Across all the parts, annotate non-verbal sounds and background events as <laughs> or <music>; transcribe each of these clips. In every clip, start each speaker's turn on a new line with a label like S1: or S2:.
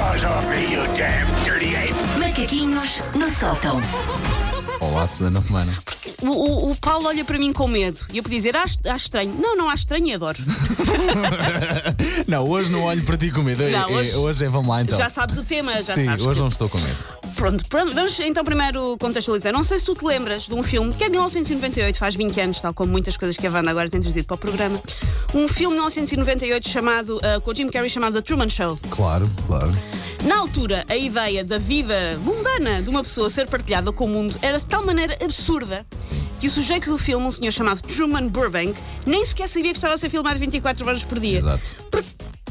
S1: You damn dirty ape!
S2: Macaquinhos no sótão.
S3: Olá, Susana Romana.
S4: O, o- o Paulo olha para mim com medo e eu podia dizer, acho, acho estranho. Não, não acho estranho e adoro.
S3: Não, hoje não olho para ti com medo. É-
S4: Não,
S3: é-
S4: hoje-
S3: hoje é vamos lá então.
S4: Já sabes o tema, já
S3: Sim,
S4: sabes.
S3: hoje
S4: que-
S3: não estou com medo.
S4: Pronto, pronto, vamos então primeiro contextualizar. Não sei se tu te lembras de um filme que é de 1998, faz 20 anos, tal como muitas coisas que a Wanda agora tem trazido para o programa. Um filme de 1998 chamado, ah, com o Jim Carrey chamado The Truman Show.
S3: Claro, claro.
S4: Na altura, a ideia da vida mundana de uma pessoa ser partilhada com o mundo era de tal maneira absurda que o sujeito do filme, um senhor chamado Truman Burbank, nem sequer sabia que estava a ser filmado 24 horas por dia.
S3: Exato.
S4: Por,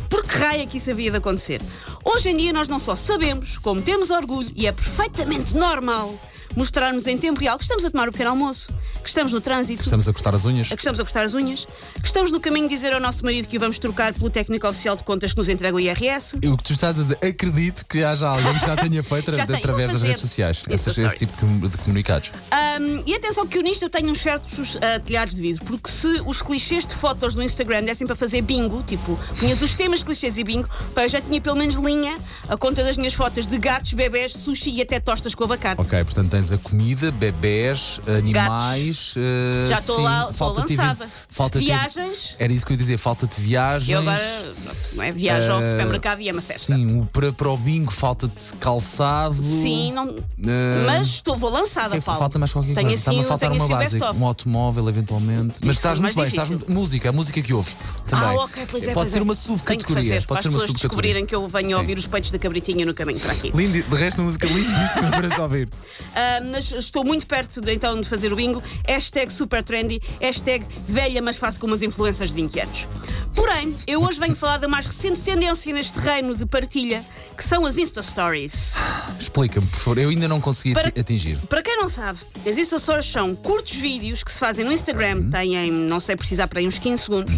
S4: por que raio é que isso havia de acontecer? Hoje em dia nós não só sabemos, como temos orgulho e é perfeitamente normal mostrarmos em tempo real que estamos a tomar o pequeno almoço, que estamos no trânsito,
S3: Estamos a cortar as unhas.
S4: a que estamos a cortar as unhas, que estamos no caminho de dizer ao nosso marido que o vamos trocar pelo técnico oficial de contas que nos entrega o IRS.
S3: E O que tu estás a dizer, acredito que haja alguém que já tenha feito
S4: <laughs> Já tenho.
S3: através
S4: Vou
S3: das
S4: fazer.
S3: redes sociais.
S4: Insta
S3: Essas- Esse,
S4: stories.
S3: tipo de comu- de comunicados.
S4: Um, e atenção que eu nisto eu tenho uns certos ah, telhados de vidro, porque se os clichês de fotos do Instagram dessem para fazer bingo, tipo, punhas os temas clichês e bingo, pá, eu já tinha pelo menos linha a conta das minhas fotos de gatos, bebés, sushi e até tostas com abacate.
S3: Ok, portanto tens a comida, bebés, animais. eh,
S4: Já estou
S3: sim,
S4: lá, estou
S3: falta-te evi-
S4: lançada.
S3: falta-te-
S4: Viagens.
S3: Era isso que eu ia dizer, falta-te viagens.
S4: Eu agora não é, viajo ao
S3: eh,
S4: supermercado e é uma festa.
S3: Sim, o- para, para o bingo falta-te calçado.
S4: Sim, não-
S3: Eh,
S4: mas estou, vou lançada,
S3: É,
S4: Paulo.
S3: Falta mais qualquer
S4: tenho
S3: coisa. Está-me
S4: Assim,
S3: a faltar
S4: tenho
S3: uma
S4: assim o
S3: básica.
S4: best-of.
S3: Um automóvel, eventualmente. Mas estás
S4: é
S3: muito
S4: mais
S3: bem, estás
S4: difícil.
S3: muito... Música, a música que ouves. Também.
S4: Ah, ok, pois é.
S3: Pode
S4: pois
S3: ser
S4: é.
S3: uma
S4: Tenho que
S3: subcategoria.
S4: fazer,
S3: Pode
S4: para
S3: ser
S4: as
S3: uma
S4: pessoas
S3: subcategoria.
S4: descobrirem que eu venho
S3: Sim.
S4: ouvir os peitos da cabritinha no caminho para aqui.
S3: Lindo, de resto, uma música é lindíssima <laughs> para se ouvir.
S4: Ah, mas estou muito perto de, então de fazer o bingo. Hashtag super trendy, hashtag velha, mas faço como as influências de 20 anos. Porém, eu hoje venho falar da mais recente tendência neste reino de partilha, que são as Insta Stories.
S3: Explica-me, por favor. Eu ainda não consegui
S4: Para-
S3: ati- atingir.
S4: Para quem não sabe, as Insta Stories são curtos vídeos que se fazem no
S3: Uhum.
S4: Instagram, têm, não sei precisar, para aí uns 15 segundos,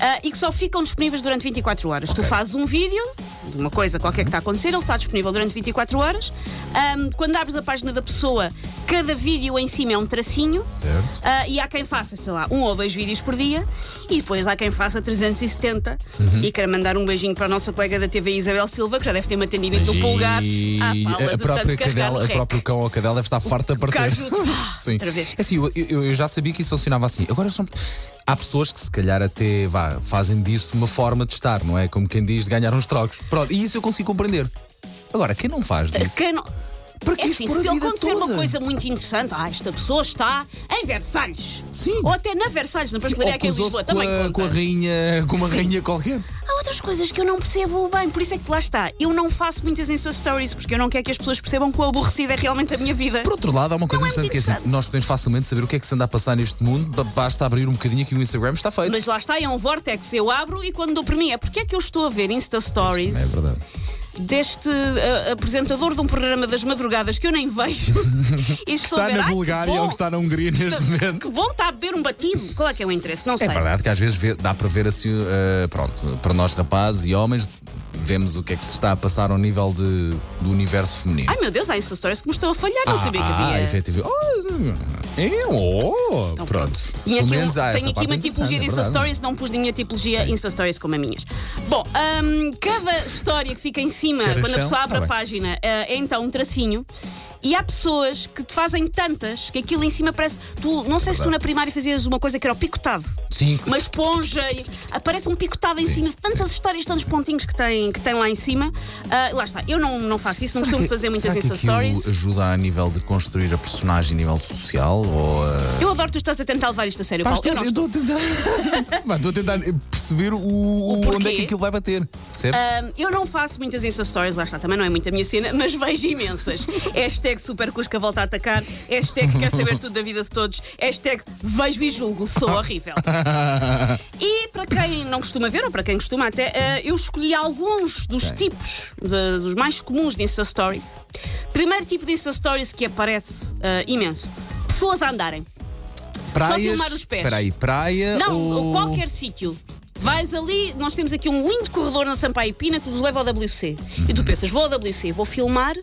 S4: ah, e que só ficam disponíveis durante 24 horas. Tu fazes um vídeo de uma coisa qualquer que está a acontecer, ele está disponível durante 24 horas. Ahm, quando abres a página da pessoa, cada vídeo em cima é um tracinho.
S3: Certo.
S4: Ah, e há quem faça, sei lá, um ou dois vídeos por dia e depois há quem faça 370.
S3: Uhum.
S4: E quero mandar um beijinho para a nossa colega da TV Isabel Silva, que já deve ter me atendido no pulgar.
S3: E
S4: à
S3: a
S4: pala Ah, de
S3: própria
S4: tanto carregar no
S3: cadela, a
S4: rec.
S3: próprio cão ou a cadela deve estar farta de aparecer. <laughs>
S4: cajudo. Ah,
S3: Sim.
S4: outra vez.
S3: É assim, eu, eu- eu já sabia que isso funcionava assim. Agora são- Há pessoas que se calhar até vá, fazem disso uma forma de estar, não é? Como quem diz, de ganhar uns trocos. Pronto, e isso eu consigo compreender. Agora, quem não faz disso?
S4: Quem É não-
S3: Para que
S4: É assim,
S3: expor a
S4: se
S3: vida
S4: acontecer uma
S3: toda?
S4: coisa muito interessante, ah, esta pessoa está em Versalhes.
S3: Sim.
S4: Ou até na Versalhes, na
S3: Sim,
S4: pastelaria
S3: ou
S4: aqui em
S3: cruzou-se
S4: é Lisboa,
S3: com
S4: também
S3: a,
S4: conta.
S3: com a rainha, com uma rainha qualquer.
S4: Há outras coisas que eu não percebo bem, por isso é que lá está. Eu não faço muitas Insta Stories, porque eu não quero que as pessoas percebam quão aborrecida é realmente a minha vida.
S3: Por outro lado, há uma coisa
S4: Não é
S3: interessante
S4: muito
S3: que é assim,
S4: interessante.
S3: nós podemos facilmente saber o que é que se anda a passar neste mundo, ba- basta abrir um bocadinho que o Instagram está feito.
S4: Mas lá está, é um vortex. Eu abro e quando dou para mim é porque é que eu estou a ver Insta Stories
S3: É verdade.
S4: deste ah, apresentador de um programa das madrugadas que eu nem
S3: <laughs>
S4: vejo. e estou a ver, "Ai, que bom,
S3: na é Hungria neste
S4: Que bom está a beber um batido. Qual é que é o interesse? Não
S3: É
S4: sei.
S3: verdade que às vezes vê- dá para ver assim, eh, pronto, para nós rapazes e homens, vemos o que é que se está a passar ao nível de, do universo feminino.
S4: Ai meu Deus, há Insta Stories que me estão a falhar, não sabia que
S3: Ah,
S4: havia.
S3: efetivamente. Oh, é, oh, pronto.
S4: Tinha
S3: Pelo
S4: aqui, um-
S3: menos há essa
S4: tenho aqui
S3: parte
S4: uma
S3: interessante,
S4: tipologia de
S3: é
S4: Insta
S3: verdade. É
S4: Stories, não pus nenhuma tipologia Insta Stories como a minhas. Bom, hum, cada história que fica em cima,
S3: Cada
S4: quando a
S3: chão,
S4: pessoa abre
S3: tá
S4: a
S3: bem.
S4: página, eh, é então um tracinho. E há pessoas que te fazem tantas que aquilo em cima parece. Tu, não sei se tu na primária fazias uma coisa que era o picotado.
S3: Sim,
S4: Uma esponja, e aparece um picotado em cima de tantas histórias, tantos pontinhos que tem, que tem lá em cima. Ah, lá está, eu não, não faço isso, não costumo fazer muitas
S3: será que
S4: Insta
S3: aquilo
S4: Stories.
S3: ajuda a nível de construir a personagem a nível social? Ou, eh,
S4: Eu adoro que tu estás a tentar levar isto a sério, Paulo. Eu não estou.
S3: a
S4: <laughs>
S3: tentar. Pá, estou a tentar perceber o,
S4: porquê. Ah,
S3: onde é que aquilo vai bater. Percebes?
S4: Ahm, eu não faço muitas Insta Stories, lá está, também não é muito a minha cena, <laughs> mas vejo imensas. hashtag supercusca volta a atacar, hashtag quer saber tudo da vida de todos, hashtag vejo e julgo, sou horrível. E para quem não costuma ver, ou para quem costuma até, eh, eu escolhi alguns dos tipos, de- dos mais comuns de Insta Stories. Primeiro tipo de Insta Stories que aparece eh, imenso: pessoas a andarem.
S3: Praias.
S4: filmar os pés.
S3: Espera aí, praia.
S4: Não,
S3: ou...
S4: qualquer sítio. Vais ali, nós temos aqui um lindo corredor na Sampaio Pina que nos leva ao WC. E tu pensas, vou ao WC, vou filmar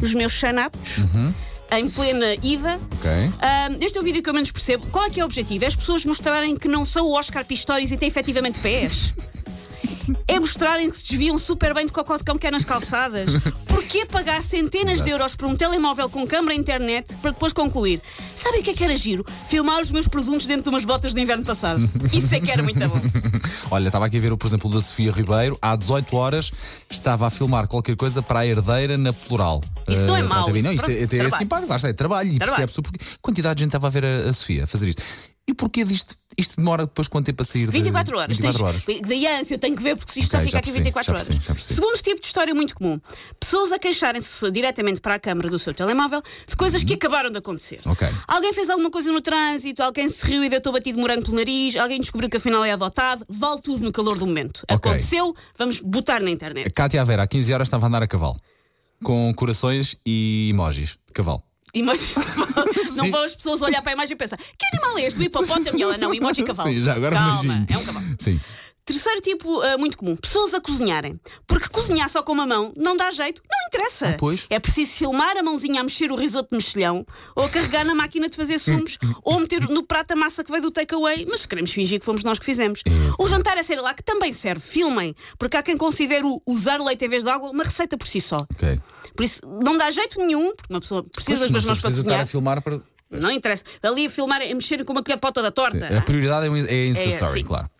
S4: os meus xanatos em plena ida.
S3: Ok. <laughs>
S4: Ahm, este é o vídeo que eu menos percebo. Qual é que é o objetivo? É as pessoas mostrarem que não são o Oscar Pistorius e têm efetivamente pés. é mostrarem que se desviam super bem de cocó de cão que é nas calçadas. Porquê pagar centenas de euros por um telemóvel com câmara e internet para depois concluir? Sabem o que é que era giro? Filmar os meus presuntos dentro de umas botas de inverno passado. Isso é que era muito bom.
S3: Olha, estava aqui a ver, por exemplo, o da Sofia Ribeiro, há 18 horas estava a filmar qualquer coisa para a herdeira na plural.
S4: Isso não é
S3: Eh,
S4: mau,
S3: até vi-
S4: isso,
S3: Não, isto é,
S4: pronto,
S3: até é
S4: trabalho.
S3: simpático, lá está, é trabalho. E
S4: Trabalho.
S3: percebe-se o porquê. Quantidade de gente estava a ver a, a Sofia a fazer isto. E o porquê disto? Isto demora depois quanto tempo a sair? de-
S4: 24 horas.
S3: 24 horas.
S4: Tens- Daí a ânsia, eu tenho que ver porque isto só
S3: Ok,
S4: fica
S3: já
S4: aqui
S3: percebi,
S4: 24
S3: já
S4: horas.
S3: percebi, já percebi.
S4: Segundo tipo de história muito comum, pessoas a queixarem-se diretamente para a câmara do seu telemóvel de coisas que acabaram de acontecer.
S3: Uhum. Ok.
S4: Alguém fez alguma coisa no trânsito, alguém se riu e deitou batido de morango pelo nariz, alguém descobriu que afinal é adotado, vale tudo no calor do momento.
S3: Ok. É
S4: Aconteceu, vamos botar na internet.
S3: A Cátia Aveira, há 15 horas, estava a andar a cavalo. Com corações e emojis de cavalo.
S4: Emojis de cavalo. <laughs> Não vão as pessoas olhar para a imagem e pensar: que animal é este? O hipopótamo? E ela,
S3: <laughs>
S4: não, emoji de cavalo.
S3: Sim, já agora
S4: Calma,
S3: imagino.
S4: é um cavalo.
S3: Sim.
S4: Terceiro tipo ah, muito comum, pessoas a cozinharem. Porque cozinhar só com uma mão não dá jeito, não interessa.
S3: Ah, pois.
S4: É preciso filmar a mãozinha a mexer o risoto de mexilhão, ou a carregar na máquina de
S3: <laughs>
S4: fazer sumos, ou meter no prato a massa que veio do takeaway, mas queremos fingir que fomos nós que fizemos. O jantar é sei lá que também serve, filmem, porque há quem considere o usar leite em vez de água uma receita por si só.
S3: Ok.
S4: Por isso, não dá jeito nenhum, porque uma pessoa precisa
S3: Pois,
S4: das duas
S3: não
S4: mãos para
S3: precisa estar
S4: cozinhar.
S3: a filmar para.
S4: Não interessa. Ali a filmar, a mexer com uma colher de pau toda torta.
S3: A prioridade é o in- é a Insta
S4: É,
S3: Story,
S4: sim.
S3: claro.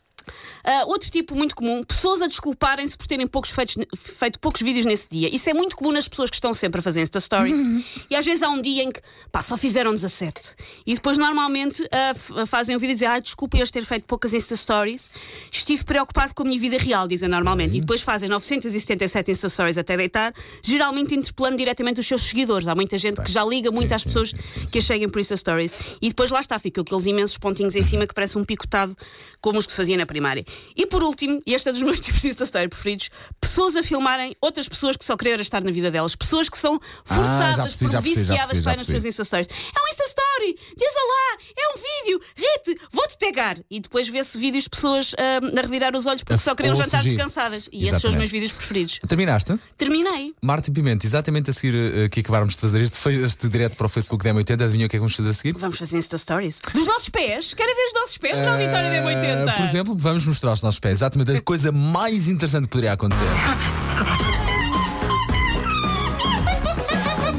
S4: Ah, outro tipo muito comum, pessoas a desculparem-se por terem poucos feitos, feito poucos vídeos nesse dia. Isso é muito comum nas pessoas que estão sempre a fazer Insta Stories.
S3: Uhum.
S4: E às vezes há um dia em que, pá, só fizeram 17. E depois normalmente ah, f- ah, fazem um vídeo e dizem, ah, desculpa eu ter feito poucas Insta Stories, estive preocupado com a minha vida real, dizem
S3: Uhum.
S4: normalmente. E depois fazem 977 Insta Stories até deitar, geralmente interpelando diretamente os seus seguidores. Há muita gente que já liga muito
S3: Sim,
S4: às
S3: sim,
S4: pessoas
S3: sim, sim, sim.
S4: que a cheguem por Insta Stories. E depois lá está, ficam aqueles imensos pontinhos em cima que parece um picotado, como os que se fazia na primária. E por último, e este é dos <laughs> meus tipos de Insta Story preferidos, pessoas a filmarem outras pessoas que só querem era estar na vida delas. Pessoas que são forçadas,
S3: Ah, já percebi, já percebi, já
S4: viciadas a
S3: percebi, já
S4: estar nas
S3: percebi.
S4: suas Insta Stories. É um Insta Story! Diz olá! É um vídeo! Rite! Vou-te tagar! E depois vê-se vídeos de pessoas hum, a revirar os olhos porque só queriam
S3: ou a
S4: jantar
S3: fugir.
S4: descansadas. E esses são os
S3: Exatamente.
S4: meus vídeos preferidos.
S3: Terminaste?
S4: Terminei.
S3: Marta Pimenta, exatamente a seguir eh, que acabámos de fazer este, foi este direto para o Facebook da M80, adivinha o que é que vamos fazer a seguir?
S4: Vamos fazer Insta Stories. Dos nossos pés? Quero ver os nossos pés na auditória é da
S3: Eh,
S4: M80.
S3: Por exemplo, vamos mostrar os nossos pés, exatamente a coisa mais interessante que poderia acontecer.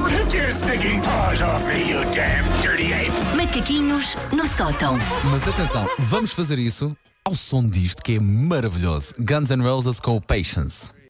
S1: Take your stinking paws off me, you damn dirty ape!
S2: Macaquinhos no sótão.
S3: Mas atenção, vamos fazer isso ao som disto que é maravilhoso. Guns N' Roses com o Patience.